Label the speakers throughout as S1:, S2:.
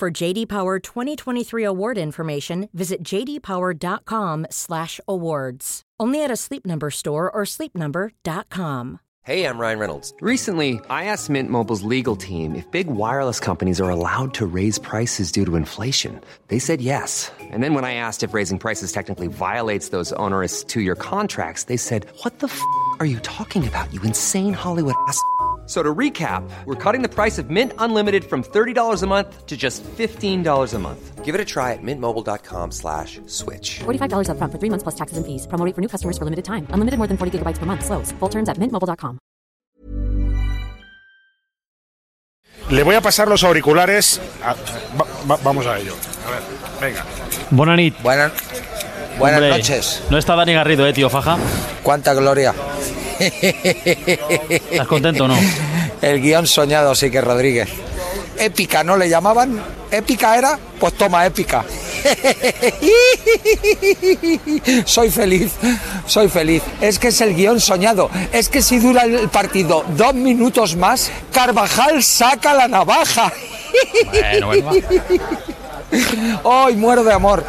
S1: For JD Power 2023 award information, visit jdpower.com/awards. Only at a Sleep Number store or sleepnumber.com.
S2: Hey, I'm Ryan Reynolds. Recently, I asked Mint Mobile's legal team if big wireless companies are allowed to raise prices due to inflation. They said yes. And then when I asked if raising prices technically violates those onerous two-year contracts, they said, "What the f- are you talking about? You insane Hollywood ass." So to recap, we're cutting the price of Mint Unlimited from $30 a month to just $15 a month. Give it a try at mintmobile.com slash switch.
S3: $45 up front for three months plus taxes and fees. Promoting for new customers for limited time. Unlimited more than 40 gigabytes per month. Slows. Full terms at mintmobile.com.
S4: Le voy a pasar los auriculares. a- va- va- vamos a ello. A ver, venga.
S5: Bonanit.
S6: Buenas, buenas
S5: Hombre,
S6: noches.
S5: No está Dani Garrido, eh, tío Faja.
S6: Cuánta gloria.
S5: ¿Estás contento o no?
S6: El guión soñado, sí que Rodríguez. Épica, ¿no le llamaban? ¿Épica era? Pues toma, épica. Soy feliz, soy feliz. Es que es el guión soñado. Es que si dura el partido dos minutos más, Carvajal saca la navaja.
S5: Bueno, bueno.
S6: Hoy muero de amor.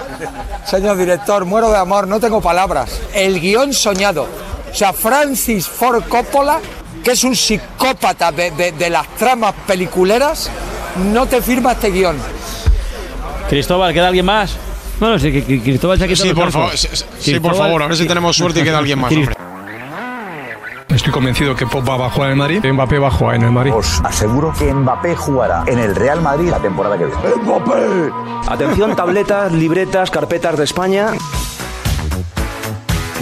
S6: Señor director, muero de amor, no tengo palabras. El guión soñado. O sea, Francis Ford Coppola, que es un psicópata de, de- de las tramas peliculeras, no te firma este guión.
S5: Cristóbal, ¿queda alguien más? Bueno, sí, que- que Cristóbal se ha quitado
S4: Sí,
S5: los
S4: por
S5: cascos.
S4: favor. Sí, sí, sí,
S5: Cristóbal-
S4: por favor. A ver si tenemos suerte y queda alguien más. hombre.
S7: Estoy convencido que Pop va a jugar en el Madrid, Mbappé va a jugar en el Madrid.
S8: Os aseguro que Mbappé jugará en el Real Madrid la temporada que viene. ¡Mbappé! Atención, tabletas, libretas, carpetas de España.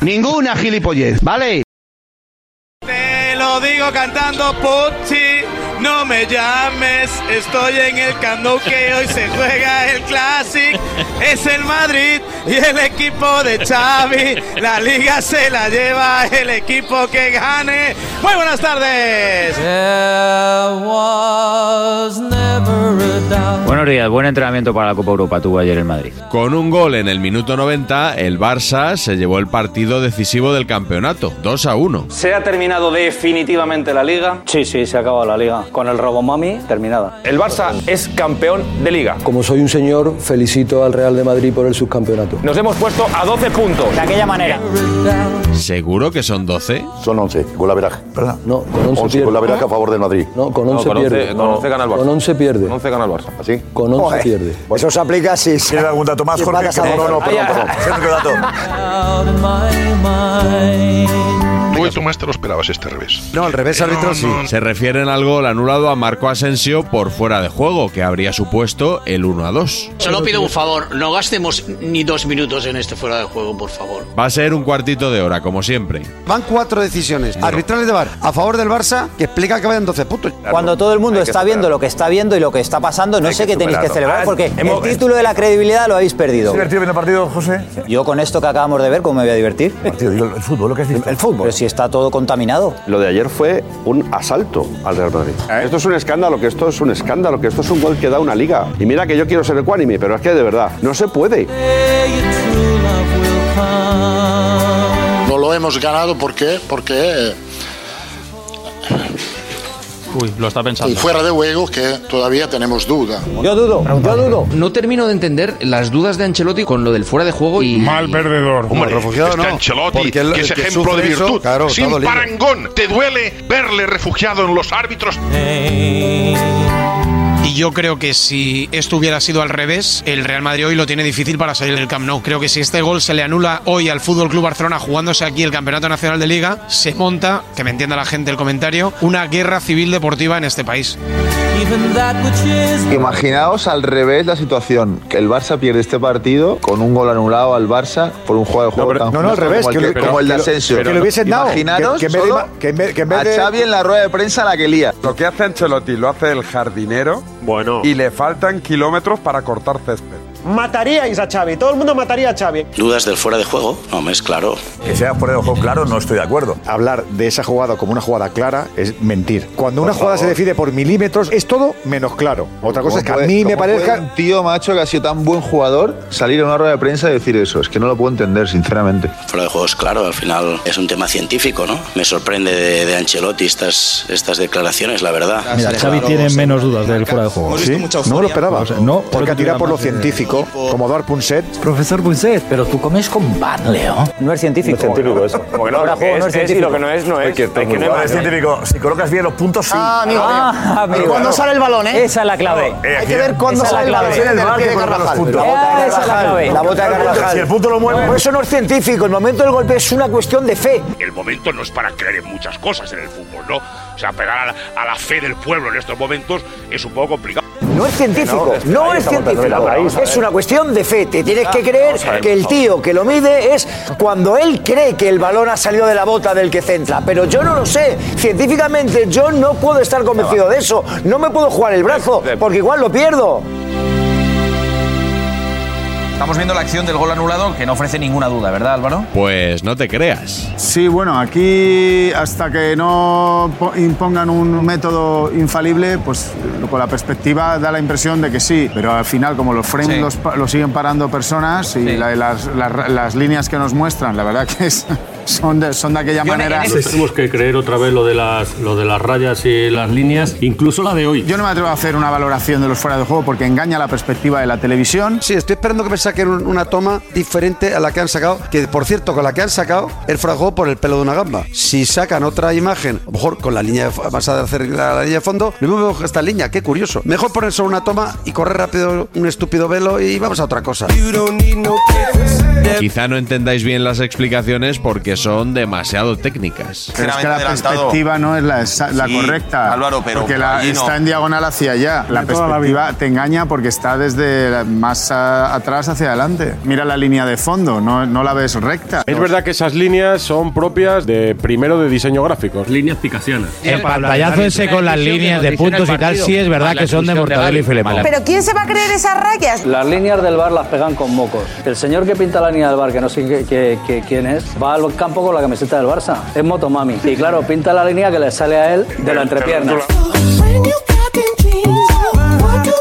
S9: Ninguna gilipollez, ¿vale?
S7: Te lo digo cantando Pucci, no me llames, estoy en el candú que hoy se juega el Classic, es el Madrid y el equipo de Xavi, la liga se la lleva el equipo que gane. Muy buenas tardes.
S5: Buenos días, buen entrenamiento para la Copa Europa tuvo ayer en Madrid.
S10: Con un gol en el minuto 90, el Barça se llevó el partido decisivo del campeonato, 2 a 1.
S7: ¿Se ha terminado definitivamente la liga? Sí, sí, se ha acabado la liga. Con el Robomami terminada. El Barça es campeón de liga.
S8: Como soy un señor, felicito al Real de Madrid por el subcampeonato.
S7: Nos hemos puesto a 12 puntos.
S6: De aquella manera.
S10: ¿Seguro que son 12?
S8: Son 11, con la veraje. ¿Verdad? No, con 11, con la veraje a favor del Madrid. No, con 11 pierde.
S7: con 11 gana el Barça.
S8: Con 11 pierde.
S7: 11 gana el Barça.
S8: ¿Así? Con 11 pierde. Eso se aplica si. ¿Tienes algún dato más, Jorge? No, no, no, perdón, perdón. Es el único dato.
S7: tú más te lo esperabas este revés.
S8: No, al
S10: Eh,
S8: revés, árbitro, sí.
S10: Se refieren al gol anulado a Marco Asensio por fuera de juego, que habría supuesto el 1 a 2.
S9: Solo pido un favor, no gastemos ni dos minutos en este fuera de juego, por favor.
S10: Va a ser un cuartito de hora, como siempre.
S7: Van cuatro decisiones. Arbitrales de VAR a favor del Barça que explica que vayan 12 puntos.
S6: Cuando todo el mundo está viendo lo que está viendo y lo que está pasando, no sé qué tenéis que
S7: Ah,
S6: celebrar porque el título de la credibilidad lo habéis perdido.
S8: divertido viendo partido, José?
S6: Yo con esto que acabamos de ver, ¿cómo me voy a divertir?
S8: Tío, digo, el fútbol, lo que has dicho. El fútbol.
S6: Pero si está todo contaminado.
S8: Lo de ayer fue un asalto al Real Madrid.
S4: ¿Eh?
S8: Esto es un escándalo, que esto es un escándalo, que esto es un gol que da una liga. Y mira que yo quiero ser ecuánime, pero es que de verdad, no se puede.
S9: No lo hemos ganado, ¿por qué? Porque
S5: Uy, lo está pensando.
S9: fuera de juego que todavía tenemos duda.
S6: Yo dudo, yo dudo.
S2: No termino de entender las dudas de Ancelotti con lo del fuera de juego y...
S4: Mal perdedor.
S7: Hombre, refugiado no. Porque el- el que es ejemplo de virtud. Sin parangón. Te duele verle refugiado en los árbitros.
S11: Y yo creo que si esto hubiera sido al revés, el Real Madrid hoy lo tiene difícil para salir del Camp Nou. Creo que si este gol se le anula hoy al Fútbol Club Barcelona jugándose aquí el Campeonato Nacional de Liga, se monta, que me entienda la gente el comentario, una guerra civil deportiva en este país.
S8: Imaginaos al revés la situación, que el Barça pierde este partido con un gol anulado al Barça por un juego de juego
S12: pero-
S8: tan
S12: no, no, al
S8: justo
S12: revés,
S8: como
S12: que
S8: el,
S12: lo-
S8: que-
S12: pero-
S8: como el de
S12: que lo-
S8: Asensio.
S12: que lo hubiesen dado, que-
S8: Imaginaros
S12: que en vez de
S8: solo
S12: ma- que en vez- que en vez de-
S8: a Xavi en la rueda de prensa la que lía.
S13: Lo que hace Ancelotti lo hace el jardinero. Bueno. Y le faltan kilómetros para cortar césped.
S14: Mataríais a Xavi, todo el mundo mataría a Xavi.
S9: ¿Dudas del fuera de juego? No, es claro.
S12: Que sea por el ojo claro, no estoy de acuerdo. Hablar de esa jugada como una jugada clara es mentir. Cuando una
S8: Por
S12: jugada se
S8: favor.
S12: decide por milímetros, es todo menos claro. Otra cosa Pues es que
S8: ¿Cómo
S12: a
S8: puede-
S12: mí me
S8: cómo puede
S12: parezca.
S8: Un tío macho que ha sido tan buen jugador salir a una rueda de prensa y decir eso. Es que no lo puedo entender, sinceramente.
S9: Fuera de juego es claro, al final es un tema científico, ¿no? Me sorprende de, de Ancelotti estas, estas declaraciones, la verdad.
S15: Mira, Xavi tiene menos dudas del fuera de juego.
S12: Sí, No lo esperaba.
S15: no,
S12: porque tira por lo
S15: más de-
S12: científico, como Dar Punset.
S15: Profesor Bunset, pero tú comes con pan, Leo.
S7: No es científico.
S15: No es científico eso.
S7: Como que no, lo que es, es, y lo que no es, no es. Hay que no
S15: Bueno,
S7: es científico. Si colocas bien los puntos, sí.
S15: Ah, amigo mío. Pero cuando sale el balón, ¿eh?
S7: Esa es la clave.
S15: Hay que ver cuándo sale el balón.
S7: En el
S15: Del
S7: bar
S15: pie
S7: que
S15: de
S7: colocan los
S15: Carvajal.
S7: puntos.
S15: La bota de Carvajal.
S7: La bota de Carvajal.
S15: Si el punto lo mueve-
S7: Por eso no es científico. El momento del golpe es una cuestión de fe.
S10: El momento no es para creer en muchas cosas en el fútbol, ¿no? O sea, pegar a la, a la fe del pueblo en estos momentos es un poco complicado.
S7: No es científico,
S10: Que no,
S7: no
S10: ahí
S7: es
S10: está montando el
S7: científico.
S10: drama, ahí, ¿sabes?
S7: Es una cuestión de fe. Te tienes que
S10: Ah,
S7: creer
S10: ¿eh? vamos a ver,
S7: que el
S10: por favor.
S7: tío que lo mide es cuando él cree que el balón ha salido de la bota del que centra. Pero yo no lo sé. Científicamente yo no puedo estar convencido de eso. No me puedo jugar el brazo porque igual lo pierdo.
S16: Estamos viendo la acción del gol anulado que no ofrece ninguna duda, ¿verdad, Álvaro?
S17: Pues no te creas.
S6: Sí, bueno, aquí hasta que no po- impongan un método infalible, pues con la perspectiva da la impresión de que sí, pero al final como los frames
S18: Sí.
S6: los, pa- los siguen parando personas y la- las, las- las líneas que nos muestran, la verdad que es- son, de, son de aquella manera...
S19: Nos tenemos que creer otra vez lo de las lo de las rayas y las líneas, incluso la de hoy.
S6: Yo no me atrevo a hacer una valoración de los fuera de juego porque engaña la perspectiva de la televisión.
S20: Sí, estoy esperando que me saquen un- una toma diferente a la que han sacado. Que por cierto, con la que han sacado, el fragó por el pelo de una gamba. Si sacan otra imagen, a lo mejor con la línea de, fo- vas a hacer la, la línea de fondo, no me veo esta línea, qué curioso. Mejor poner solo una toma y correr rápido un estúpido velo y vamos a otra cosa.
S17: Quizá no entendáis bien las explicaciones porque son demasiado técnicas.
S6: Pero es que la perspectiva no es la, exa- la
S17: Sí,
S6: correcta.
S17: Álvaro, pero
S6: porque la-
S17: ahí no.
S6: está en diagonal hacia allá. La
S17: De toda la
S6: perspectiva te engaña porque está desde la- más a- atrás hacia adelante. Mira la línea de fondo, no, no la ves recta.
S21: Es verdad que esas líneas son propias de primero de diseño gráfico. Líneas picasianas.
S22: El pantallazo ese con las líneas de puntos y tal, sí es verdad que son de pues Mortadelo y Filemón.
S3: ¿Pero quién se va a creer esas rayas?
S23: Las líneas del bar las pegan con mocos. El señor que pinta la línea del bar, que no sé qué- qué- qué- quién es, va al campo con la camiseta del Barça. Es Motomami. Y claro, pinta la línea que le sale a él de la entrepierna.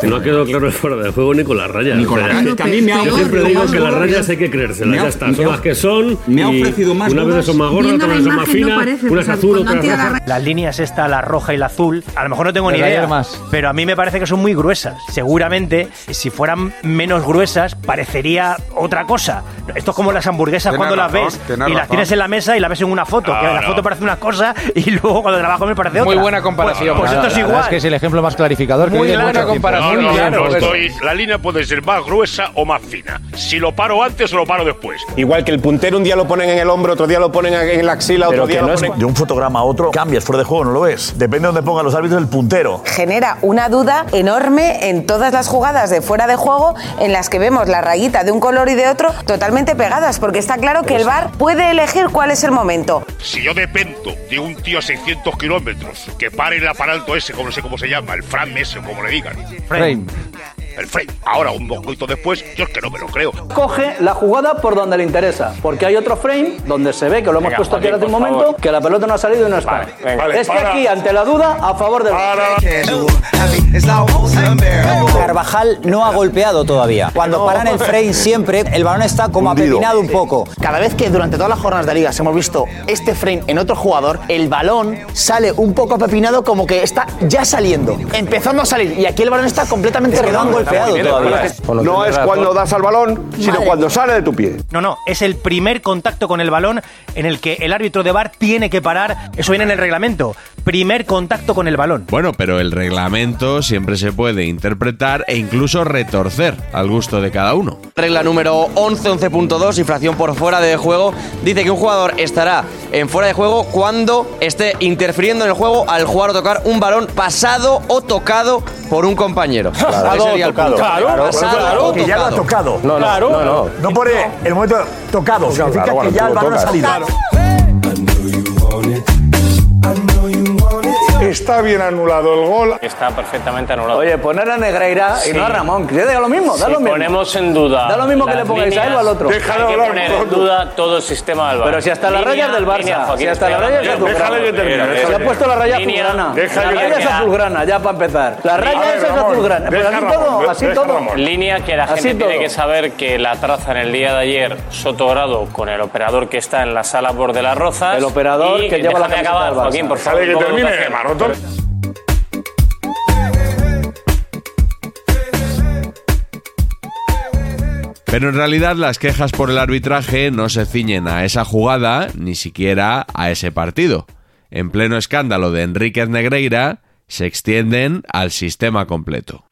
S19: No ha quedado claro el fuera de juego ni con las rayas.
S2: Ni con las rayas, que a mí me ha-
S19: Yo siempre
S2: lo
S19: digo
S2: más
S19: que las
S2: gordo
S19: rayas
S2: que-
S19: hay que creérselas,
S2: me ha-
S19: ya está.
S2: me
S19: Son
S2: ha-
S19: las que son.
S2: me ha
S19: y
S2: ofrecido más
S19: Unas veces
S2: dudas.
S19: son más gordas,
S2: Viendo
S19: otras
S2: la
S19: veces son más
S2: imagen no
S19: finas,
S2: parece, pues,
S19: unas
S2: Fernando,
S19: azul,
S2: cuando
S19: otras
S2: tira la
S19: rojas.
S24: Las líneas esta, la roja y la azul, a lo mejor no tengo ni
S23: Pero ayer
S24: idea,
S23: más.
S24: pero a mí me parece que son muy gruesas. Seguramente, si fueran menos gruesas, parecería otra cosa. Esto es como las hamburguesas
S13: Tienes
S24: cuando
S13: razón,
S24: las ves y
S13: tienes
S24: las
S13: razón.
S24: tienes en la mesa y las ves en una foto,
S10: Ah,
S24: que la
S13: Claro.
S24: foto parece una cosa y luego cuando trabajo me parece otra.
S13: Muy buena comparación.
S24: Pues, pues
S13: Claro,
S24: esto es
S13: la
S24: igual.
S13: verdad es que
S24: es el ejemplo más clarificador
S13: Muy
S24: buena
S13: buena comparación.
S24: Muy
S13: claro,
S24: claro.
S10: Estoy- la línea puede ser más gruesa o más fina. Si lo paro antes o lo paro después.
S2: Igual que el puntero un día lo ponen en el hombro, otro día lo ponen en la axila,
S15: Pero
S2: otro
S15: que
S2: día
S15: no
S2: lo
S15: es
S2: ponen...
S15: de un fotograma a otro, cambias fuera de juego, no lo ves. Depende de donde pongan los árbitros el puntero.
S3: Genera una duda enorme en todas las jugadas de fuera de juego en las que vemos la rayita de un color y de otro totalmente pegadas, porque está claro que el VAR puede elegir cuál es el momento.
S10: Si yo dependo de un tío a 600 kilómetros que pare el aparato ese, como no sé cómo se llama, el Fram ese, o como le digan.
S23: Frame.
S10: El frame. Ahora, un poquito después, yo es que no me lo creo.
S23: Coge la jugada por donde le interesa, porque hay otro frame donde se ve que lo hemos
S10: Venga,
S23: puesto aquí hace
S10: Joaquín,
S23: un
S10: por
S23: momento,
S10: favor.
S23: que la pelota no ha salido y no está.
S10: vale,
S23: es que
S10: para.
S23: aquí, ante la duda, a favor del
S7: Carvajal no ha golpeado todavía. Cuando paran el frame siempre, el balón está como apetinado un poco.
S25: Cada vez que durante todas las jornadas de ligas hemos visto este frame en otro jugador, el balón sale un poco apepinado como que está ya saliendo, empezando a salir. Y aquí el balón está completamente
S7: que no han
S25: redondo.
S7: golpeado todavía.
S26: No es cuando das al balón, sino
S24: Madre.
S26: cuando sale de tu pie.
S24: No, no, es el primer contacto con el balón en el que el árbitro de VAR tiene que parar. Eso viene en el reglamento.
S7: primer contacto con el balón.
S27: Bueno, pero el reglamento siempre se puede interpretar e incluso retorcer al gusto de cada uno.
S28: Regla número 11, 11.2, infracción por fuera de juego. Dice que un jugador estará en fuera de juego cuando esté interfiriendo en el juego al jugar o tocar un balón pasado o tocado por un compañero.
S29: Claro.
S28: Ese sería el
S29: Tocado,
S28: punto.
S29: tocado. Claro,
S28: Pasado
S29: claro,
S28: o
S29: que ya lo ha tocado. No, no, Claro. no, no. pone el momento tocado. significa Claro, bueno, que ya tú el lo balón ha tocas. salido.
S28: Está bien anulado el gol.
S30: Está perfectamente anulado.
S7: Oye, poner a Negreira
S30: Sí.
S7: y no a Ramón, que da lo mismo, da
S30: Si
S7: lo mismo.
S30: ponemos en duda.
S7: Da lo mismo que
S30: las
S7: le pongáis a él o al otro.
S30: líneas, hay
S7: Déjalo
S30: que
S7: hablar,
S30: poner en
S7: coño.
S30: duda todo el sistema del Barça.
S7: Pero si hasta las rayas del Barça, si hasta las rayas es azulgrana. Se ha puesto la raya azulgrana. La raya es azulgrana, ya para empezar. La raya esa es azulgrana. Pero así todo, así todo.
S30: Línea que la
S7: Así
S30: gente tiene
S7: todo.
S30: que saber que la traza en el día de ayer Sotogrado con el operador que está en la sala por de las Rozas.
S7: El operador
S30: Y
S7: que lleva la
S30: déjame
S7: camiseta
S30: acabar,
S7: del Barça.
S30: Joaquín, por favor.
S28: Sale que
S30: un poco de
S28: termine,
S30: educación.
S28: Maroto.
S27: Pero en realidad las quejas por el arbitraje no se ciñen a esa jugada, ni siquiera a ese partido. En pleno escándalo de Enríquez Negreira, se extienden al sistema completo.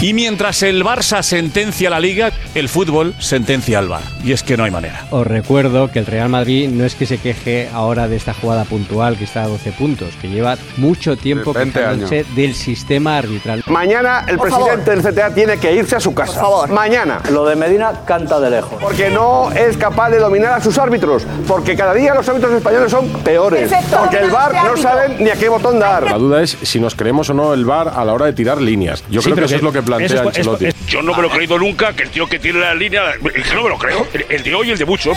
S31: Y mientras el Barça sentencia la liga, el fútbol sentencia al VAR. Y es que no hay manera.
S32: Os recuerdo que el Real Madrid no es que se queje ahora de esta jugada puntual que está a 12 puntos, que lleva mucho tiempo
S33: De 20
S32: quejándose del sistema arbitral.
S33: Mañana el
S32: Por
S33: presidente del CTA tiene que irse a su casa. Mañana.
S7: Lo de Medina canta de lejos.
S33: Porque no es capaz de dominar a sus árbitros. Porque cada día los árbitros españoles son peores.
S28: Excepto
S33: Porque el
S28: uno,
S33: VAR
S28: este
S33: no
S28: árbitro.
S33: saben ni a qué botón dar.
S34: La duda es si nos creemos o no el VAR a la hora de tirar líneas. Yo creo que, eso es lo que plantea Ancelotti.
S10: Yo no me lo he creído nunca que el tío que tiene la línea. es que no me lo creo. El, el de hoy y el de muchos.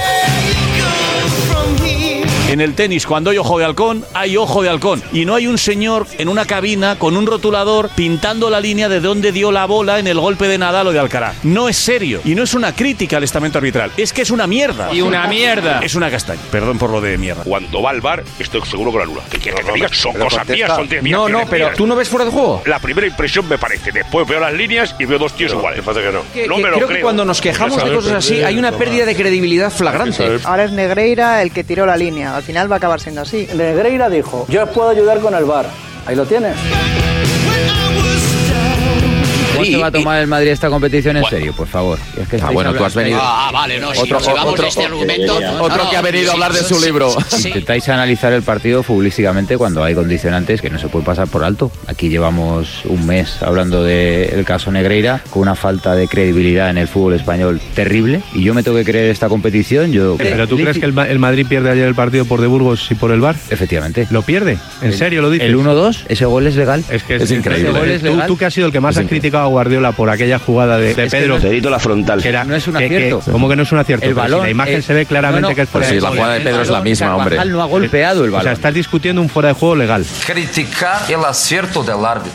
S31: En el tenis, cuando hay ojo de halcón, hay ojo de halcón. Y no hay un señor en una cabina con un rotulador pintando la línea de dónde dio la bola en el golpe de Nadal o de Alcaraz. No es serio. Y no es una crítica al estamento arbitral. Es que es una mierda.
S10: Y una mierda.
S31: Es una castaña. Perdón por lo de mierda.
S10: Cuando va al bar, estoy seguro que la luna. Que quieres que te diga, son
S31: pero
S10: cosas
S31: contesta.
S10: mías, son de mías.
S31: No, no,
S10: mías,
S31: pero
S10: mías.
S31: ¿tú no ves fuera de juego?
S10: La primera impresión me parece. Después veo las líneas y veo dos tíos iguales. que no.
S31: Que-
S10: No
S31: que
S10: me lo
S31: creo
S10: creo.
S31: que cuando nos quejamos de cosas así hay una pérdida de credibilidad flagrante.
S8: Ahora es Negreira el que tiró la línea. Al final va a acabar siendo así.
S7: Negreira dijo, yo os puedo ayudar con el bar. Ahí lo tienes.
S8: ¿Cuánto va a tomar el Madrid esta competición en serio, por favor? Es que estáis
S6: bueno, tú has
S8: hablando-
S6: venido-
S8: estáis-
S6: Ah, vale, no, si- si vamos de este argumento, no,
S8: otro
S6: no,
S8: que ha venido a
S6: sí,
S8: hablar de
S6: sí,
S8: su
S6: sí,
S8: libro.
S6: sí.
S8: Intentáis analizar el partido futbolísticamente cuando hay condicionantes que no se pueden pasar por alto. Aquí llevamos un mes hablando del caso Negreira con una falta de credibilidad en el fútbol español terrible y yo me tengo que creer esta competición. Yo ¿Pero tú crees que el, Ma- el Madrid pierde ayer el partido por De Burgos y por el Bar? Efectivamente. ¿Lo pierde? ¿En El- serio lo dices? el 1-2, ese gol es legal. Es que Es ese increíble. gol ¿eh? es Tú- legal. Tú, que has sido el que más has criticado a Guardiola por aquella jugada de, de Es que Pedro. no- Dedito la frontal. no es un acierto. ¿Cómo que no es un acierto? El Pero si balón, la imagen eh, se ve claramente no, no, que es fuera pues sí, de la juego. jugada de Pedro es la El misma, Carvajal hombre. no ha golpeado el O sea, balón. estás discutiendo un fuera de juego legal.
S35: Criticar el acierto del árbitro.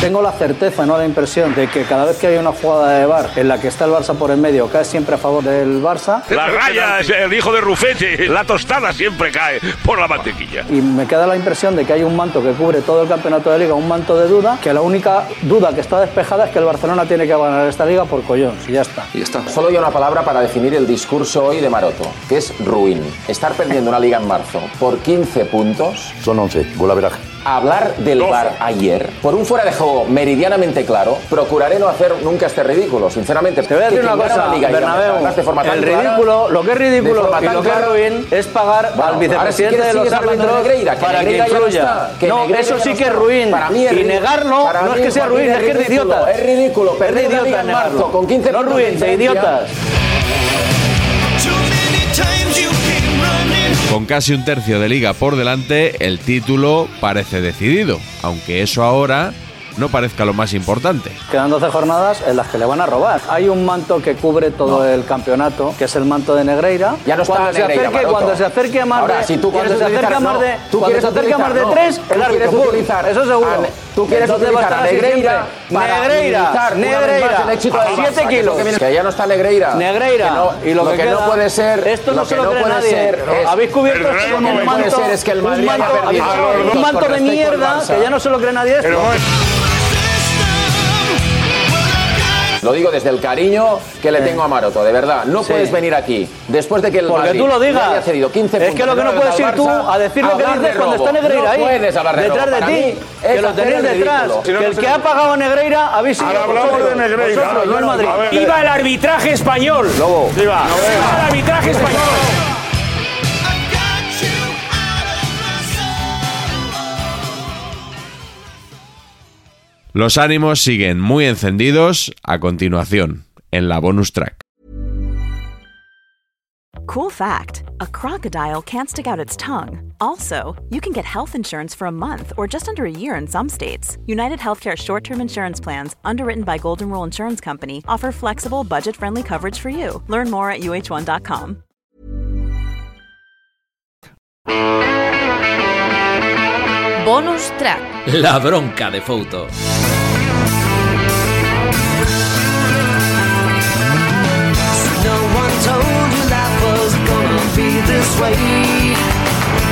S36: Tengo la certeza, no la impresión, de que cada vez que hay una jugada de bar en la que está el Barça por en medio, cae siempre a favor del Barça.
S10: Las rayas, el hijo de Rufete, la tostada siempre cae por la mantequilla.
S7: Y me queda la impresión de que hay un manto que cubre todo el campeonato de liga, un manto de duda, que la única duda que está despejada es que el Barcelona tiene que ganar esta liga por collón, y ya está.
S6: Y está. Solo hay una palabra para definir el discurso hoy de Maroto, que es ruin. Estar perdiendo una liga en marzo por 15 puntos. Son 11, golaveraje. Hablar del bar ayer, por un fuera de juego meridianamente claro, procuraré no hacer nunca este ridículo, sinceramente.
S7: Te voy a decir
S6: Que
S7: una
S6: quien gana
S7: cosa,
S6: la liga y la
S7: Bernabéu,
S6: gana de forma tan
S7: el
S6: clara,
S7: ridículo, lo que es
S6: de
S7: ridículo
S6: forma
S7: y
S6: tan
S7: lo que es
S6: clara,
S7: ruin es pagar
S6: Bueno,
S7: al
S6: ahora si
S7: vicepresidente
S6: quieres
S7: de los
S6: sigues hablando de
S7: árbitros
S6: Negreira, que
S7: para que
S6: Negreira ya no
S7: influya.
S6: está, que
S7: no,
S6: Negreira
S7: eso
S6: ya
S7: sí
S6: no
S7: que es
S6: está.
S7: ruin.
S6: Para mí es
S7: y
S6: ridículo.
S7: negarlo
S6: Para
S7: no es
S6: mí,
S7: que sea
S6: Joaquín,
S7: ruin,
S6: es
S7: es que es de
S6: ridículo,
S7: idiotas.
S6: es ridículo,
S7: Es
S6: perder
S7: de
S6: una liga
S7: idiotas
S6: en
S7: negarlo.
S6: marzo con 15
S7: No
S6: puntos de
S7: ruin, de
S6: diferencia.
S7: idiotas.
S27: Con casi un tercio de liga por delante, el título parece decidido, aunque eso ahora no parezca lo más importante.
S7: Quedan 12 jornadas en las que le van a robar. Hay un manto que cubre todo el campeonato, que es el manto de Negreira.
S6: Ya no está
S7: cuando se
S6: Negreira,
S7: acerque,
S6: Maroto.
S7: Cuando se acerque a más
S6: Ahora,
S7: de,
S6: si tú
S7: cuando
S6: quieres
S7: se acerque a
S6: utilizar-
S7: más de,
S6: no, tú
S7: cuando
S6: quieres
S7: se acerque a más de
S6: utilizar-
S7: tres,
S6: no,
S7: el
S6: tú
S7: árbitro
S6: quieres
S7: burla.
S6: utilizar
S7: Eso seguro.
S6: a Ne- tú quieres
S7: Entonces va a
S6: utilizar
S7: estar
S6: a
S7: así
S6: Negreira
S7: siempre.
S6: para
S7: Negreira,
S6: minimizar una vez más el éxito
S7: Negreira,
S6: del Barça,
S7: 7
S6: que es lo
S7: kilos.
S6: que viene- que ya no está Negreira.
S7: Negreira.
S6: Lo que no-
S7: y lo,
S6: lo que no
S7: queda-
S6: puede ser-
S7: Esto
S6: lo
S7: no se
S6: que
S7: lo
S6: no
S7: cree
S6: puede
S7: nadie.
S6: ser es-
S7: Habéis cubierto
S6: Pero
S7: esto
S6: lo que
S7: con un
S6: no puede
S7: manto.
S6: ser es que el
S7: un
S6: Madrid haya
S7: manto-
S6: perdido.
S7: habéis-
S6: A los dos
S7: Un manto
S6: con
S7: de
S6: respecto al
S7: mierda
S6: Barça.
S7: que ya no se lo cree nadie. esto.
S37: Lo digo desde el cariño que
S38: Eh.
S37: le tengo a Maroto, de verdad. No Sí. puedes venir aquí después de que el
S38: Porque
S37: Madrid
S38: tú lo
S37: le haya
S38: digas.
S37: cedido 15
S38: Es que
S37: puntos
S38: lo que no
S37: menos
S38: puedes
S37: al
S38: ir tú
S37: Barça,
S38: a decir lo que
S37: hablar de
S38: dices cuando
S37: robo.
S38: está Negreira
S37: no
S38: ahí.
S37: Puedes hablar de
S38: detrás
S37: robo.
S38: de ti.
S37: Para mí,
S38: Que
S37: esa
S38: lo tenéis
S37: acción es
S38: detrás.
S37: ridículo.
S38: Que el que ha pagado a Negreira habéis sido.
S39: Ahora hablamos
S38: vosotros.
S39: de Negreira.
S38: Vosotros, no el Madrid.
S39: A ver. ¡Viva el arbitraje español!
S38: Lobo.
S39: ¡Viva! ¡Viva el arbitraje español!
S9: Los ánimos siguen muy encendidos a continuación, en la bonus track.
S3: Cool fact a crocodile can't stick out its tongue. Also, you can get health insurance for a month or just under a year in some states. United Healthcare short term insurance plans, underwritten by Golden Rule Insurance Company, offer flexible, budget friendly coverage for you. Learn more at uh1.com.
S40: Bonus track.
S41: La bronca de Fouto.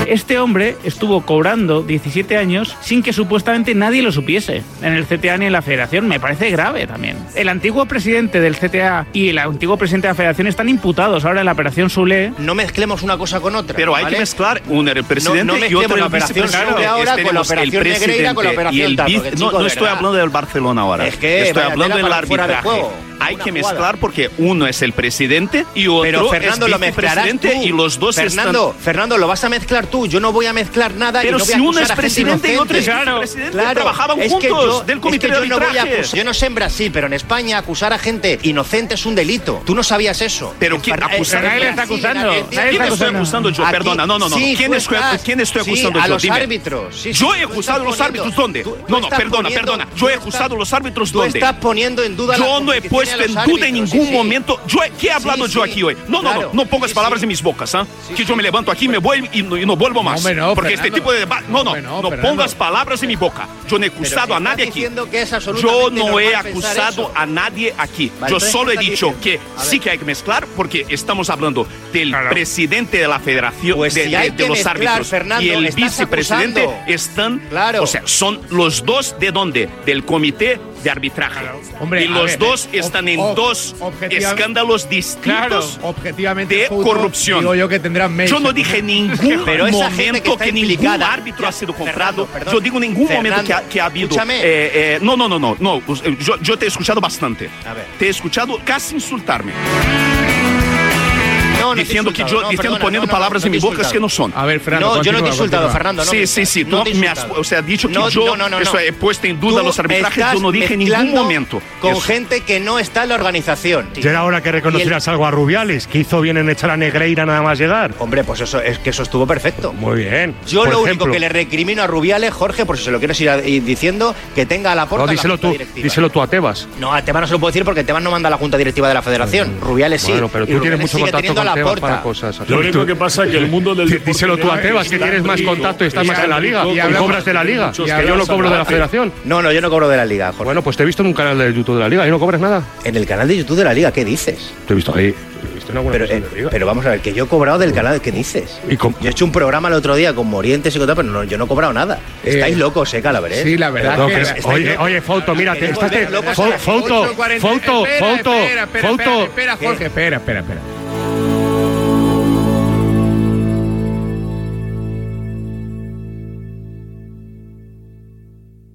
S7: Este hombre estuvo cobrando 17 años sin que supuestamente nadie lo supiese en el CTA ni en la federación. Me parece grave también. El antiguo presidente del CTA y el antiguo presidente de la federación están imputados ahora en la operación Sule.
S6: No mezclemos una cosa con otra.
S10: Pero hay que mezclar un el presidente
S6: No- no
S10: y otro
S6: mezclemos
S10: el
S6: la operación
S10: vicepresidente.
S6: Sule ahora con la
S10: Tenemos el
S6: operación Negreira
S10: presidente
S6: con la operación
S10: y el
S6: tal,
S10: vice-
S6: porque,
S10: no,
S6: chico,
S10: no
S6: de
S10: estoy
S6: verdad.
S10: hablando del Barcelona ahora.
S6: Es que
S10: estoy
S6: vaya
S10: hablando
S6: tela
S10: del
S6: para fuera de
S10: arbitraje.
S6: juego.
S10: hay
S6: Una
S10: que
S6: jugada.
S10: mezclar porque uno es el presidente y otro
S6: Pero Fernando
S10: es
S6: lo mezclarás tú.
S10: vicepresidente y los dos
S6: Fernando,
S10: están.
S6: Fernando, lo vas a mezclar tú. Yo no voy a mezclar nada. y
S10: Pero
S6: no voy a
S10: si uno
S6: acusar
S10: es
S6: a gente
S10: presidente y otro es
S6: inocente.
S10: vicepresidente, trabajaban
S6: es que
S10: juntos
S6: yo,
S10: del comité
S6: es que
S10: de
S6: yo no voy a
S10: arbitraje.
S6: acus- Yo no sé en Brasil, pero en España acusar a gente inocente es un delito. Tú no sabías eso.
S10: Pero ¿quién
S6: Ferra-
S10: acusar?
S6: eh,
S10: Nadie le está
S6: Brasil,
S10: acusando,
S6: en Argentina.
S10: nadie está ¿Quién estoy acusando. acusando yo?
S6: Aquí-
S10: Perdona, no, no, no,
S6: Sí,
S10: ¿quién
S6: tú
S10: estoy acu-
S6: estás.
S10: quién estoy
S6: Sí,
S10: acusando
S6: a
S10: yo?
S6: los
S10: Dime.
S6: árbitros. Sí, sí,
S10: Yo he
S6: tú estás
S10: acusado a los
S6: poniendo-
S10: árbitros, ¿dónde?
S6: tú-
S10: No,
S6: tú
S10: no,
S6: estás
S10: perdona,
S6: poniendo-
S10: perdona.
S6: tú
S10: Yo he
S6: estás-
S10: acusado a los árbitros,
S6: Tú
S10: ¿dónde?
S6: estás poniendo en duda la
S10: Yo no he
S6: competición
S10: puesto
S6: de
S10: en duda
S6: los
S10: en
S6: árbitros, sí,
S10: ningún
S6: sí.
S10: momento. Yo, ¿Qué he hablado
S6: Sí,
S10: yo
S6: sí.
S10: aquí hoy? No, no, Claro. no, no pongas palabras en mis bocas, ¿ah? que yo me levanto aquí, me voy y no, y no vuelvo más.
S6: hombre, no,
S10: Porque este
S6: Fernando.
S10: tipo de debate. No, no, no,
S6: Fernando.
S10: pongas palabras en mi boca. Yo no he acusado a nadie aquí. Yo
S6: absolutamente
S10: no he
S6: normal pensar
S10: acusado
S6: eso.
S10: a nadie aquí.
S6: Vale,
S10: Yo
S6: entonces,
S10: solo
S6: ¿qué
S10: he
S6: estás
S10: dicho
S6: diciendo?
S10: que
S6: A
S10: sí que hay que mezclar porque estamos hablando del presidente de la federación, de,
S6: Pues si
S10: de-
S6: hay
S10: de
S6: que
S10: los
S6: mezclar,
S10: árbitros
S6: Fernando,
S10: y el
S6: estás
S10: vicepresidente
S6: acusando.
S10: están, o sea, son los dos de dónde, del comité de arbitraje.
S42: Hombre,
S10: y
S42: a
S10: los
S42: ver,
S10: dos
S42: ob-
S10: están en
S42: ob-
S10: dos
S42: objetiva-
S10: escándalos
S42: Claro,
S10: distintos
S42: objetivamente
S10: de
S42: Fouto,
S10: corrupción.
S42: Digo yo que tendrán mails.
S10: Yo no dije ningún
S42: Pero esa gente que
S10: momento
S42: está
S10: que, ningún
S42: implicada-
S10: árbitro ha sido
S42: Fernando,
S10: comprado.
S42: perdón.
S10: Yo digo ningún momento que ha, que ha habido.
S42: escúchame.
S10: eh, eh, no, no, no, no. no eh, yo, yo te he escuchado bastante. Te he escuchado casi insultarme.
S6: No, no te he
S10: diciendo que
S6: insultado,
S10: yo,
S6: no,
S10: diciendo,
S6: perdona,
S10: poniendo
S6: no, no,
S10: palabras
S6: no
S10: en
S6: te
S10: mi
S6: he
S10: boca que
S6: insultado.
S10: no son.
S6: A ver, Fernando, No, yo no te he continúa, insultado, continúa. Fernando, no
S10: sí,
S6: me
S10: sí, sí. Tú
S6: insultes. No te he
S10: me has,
S6: insultado.
S10: o sea, has dicho que
S6: No,
S10: yo
S6: no, no, no,
S10: eso,
S6: no.
S10: he puesto en duda
S6: Tú
S10: los arbitrajes.
S6: estás
S10: Yo no dije en ningún
S6: mezclando
S10: momento.
S6: Con
S10: eso.
S6: gente que no está en la organización.
S39: Ya era hora que reconocieras algo a Rubiales, que hizo bien en echar a Negreira nada más llegar.
S6: Hombre, pues eso es que eso estuvo perfecto.
S39: Muy bien.
S6: Yo
S39: Por
S6: lo
S39: ejemplo,
S6: único que le recrimino a Rubiales, Jorge, por si se lo quieres ir, a- ir diciendo, que tenga a la puerta
S39: No, díselo
S6: la junta
S39: tú,
S6: directiva.
S39: díselo tú a Tebas. Mm.
S6: No, a Tebas no se lo puedo decir porque Tebas no manda a la junta directiva de la federación. Rubiales sí.
S39: Bueno, pero
S6: Y
S39: tú tienes
S6: Rubiales
S39: mucho
S6: sigue
S39: contacto
S6: teniendo
S39: con
S6: a
S39: Tebas
S6: Laporta.
S39: para cosas.
S7: Lo único que pasa es que el mundo del deporte
S39: Díselo tú a
S7: liberal
S39: Tebas, que
S7: está
S39: tienes más
S7: rico.
S39: contacto y estás más en la liga.
S7: Y
S39: Y,
S7: hablamos-
S39: cobras de la liga.
S7: muchos
S39: Que yo no
S7: hablamos
S39: cobro de la
S7: aparte.
S39: federación.
S6: No, no, yo no cobro de la liga, Jorge.
S39: Bueno, pues te he visto en un canal de YouTube de la liga y no cobras nada.
S6: En el canal de YouTube de la liga, ¿qué dices?
S39: Te he visto ahí.
S6: Pero, eh, pero vamos a ver, que yo he cobrado del canal, ¿qué dices? Yo he hecho un programa el otro día con Morientes y con tal, pero no, yo no he cobrado nada. Estáis locos, eh, Calaverés.
S39: sí, la verdad
S6: Pero
S39: que-
S6: no, estáis
S39: oye,
S6: locos.
S39: oye, Fouto, mira, te-
S6: Estáis
S39: estás de-
S6: locos
S39: Fou-
S6: a la gente.
S39: Fouto,
S6: 8:40.
S39: Fouto,
S6: Espera,
S39: Fouto,
S6: espera, espera,
S39: Fouto.
S6: espera, espera, Jorge,
S39: espera, espera, espera.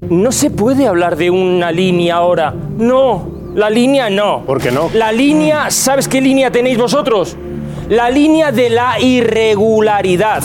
S42: No se puede hablar de una línea ahora. No, la línea no. ¿Por qué no? La línea, ¿sabes qué línea tenéis vosotros? La línea de la irregularidad.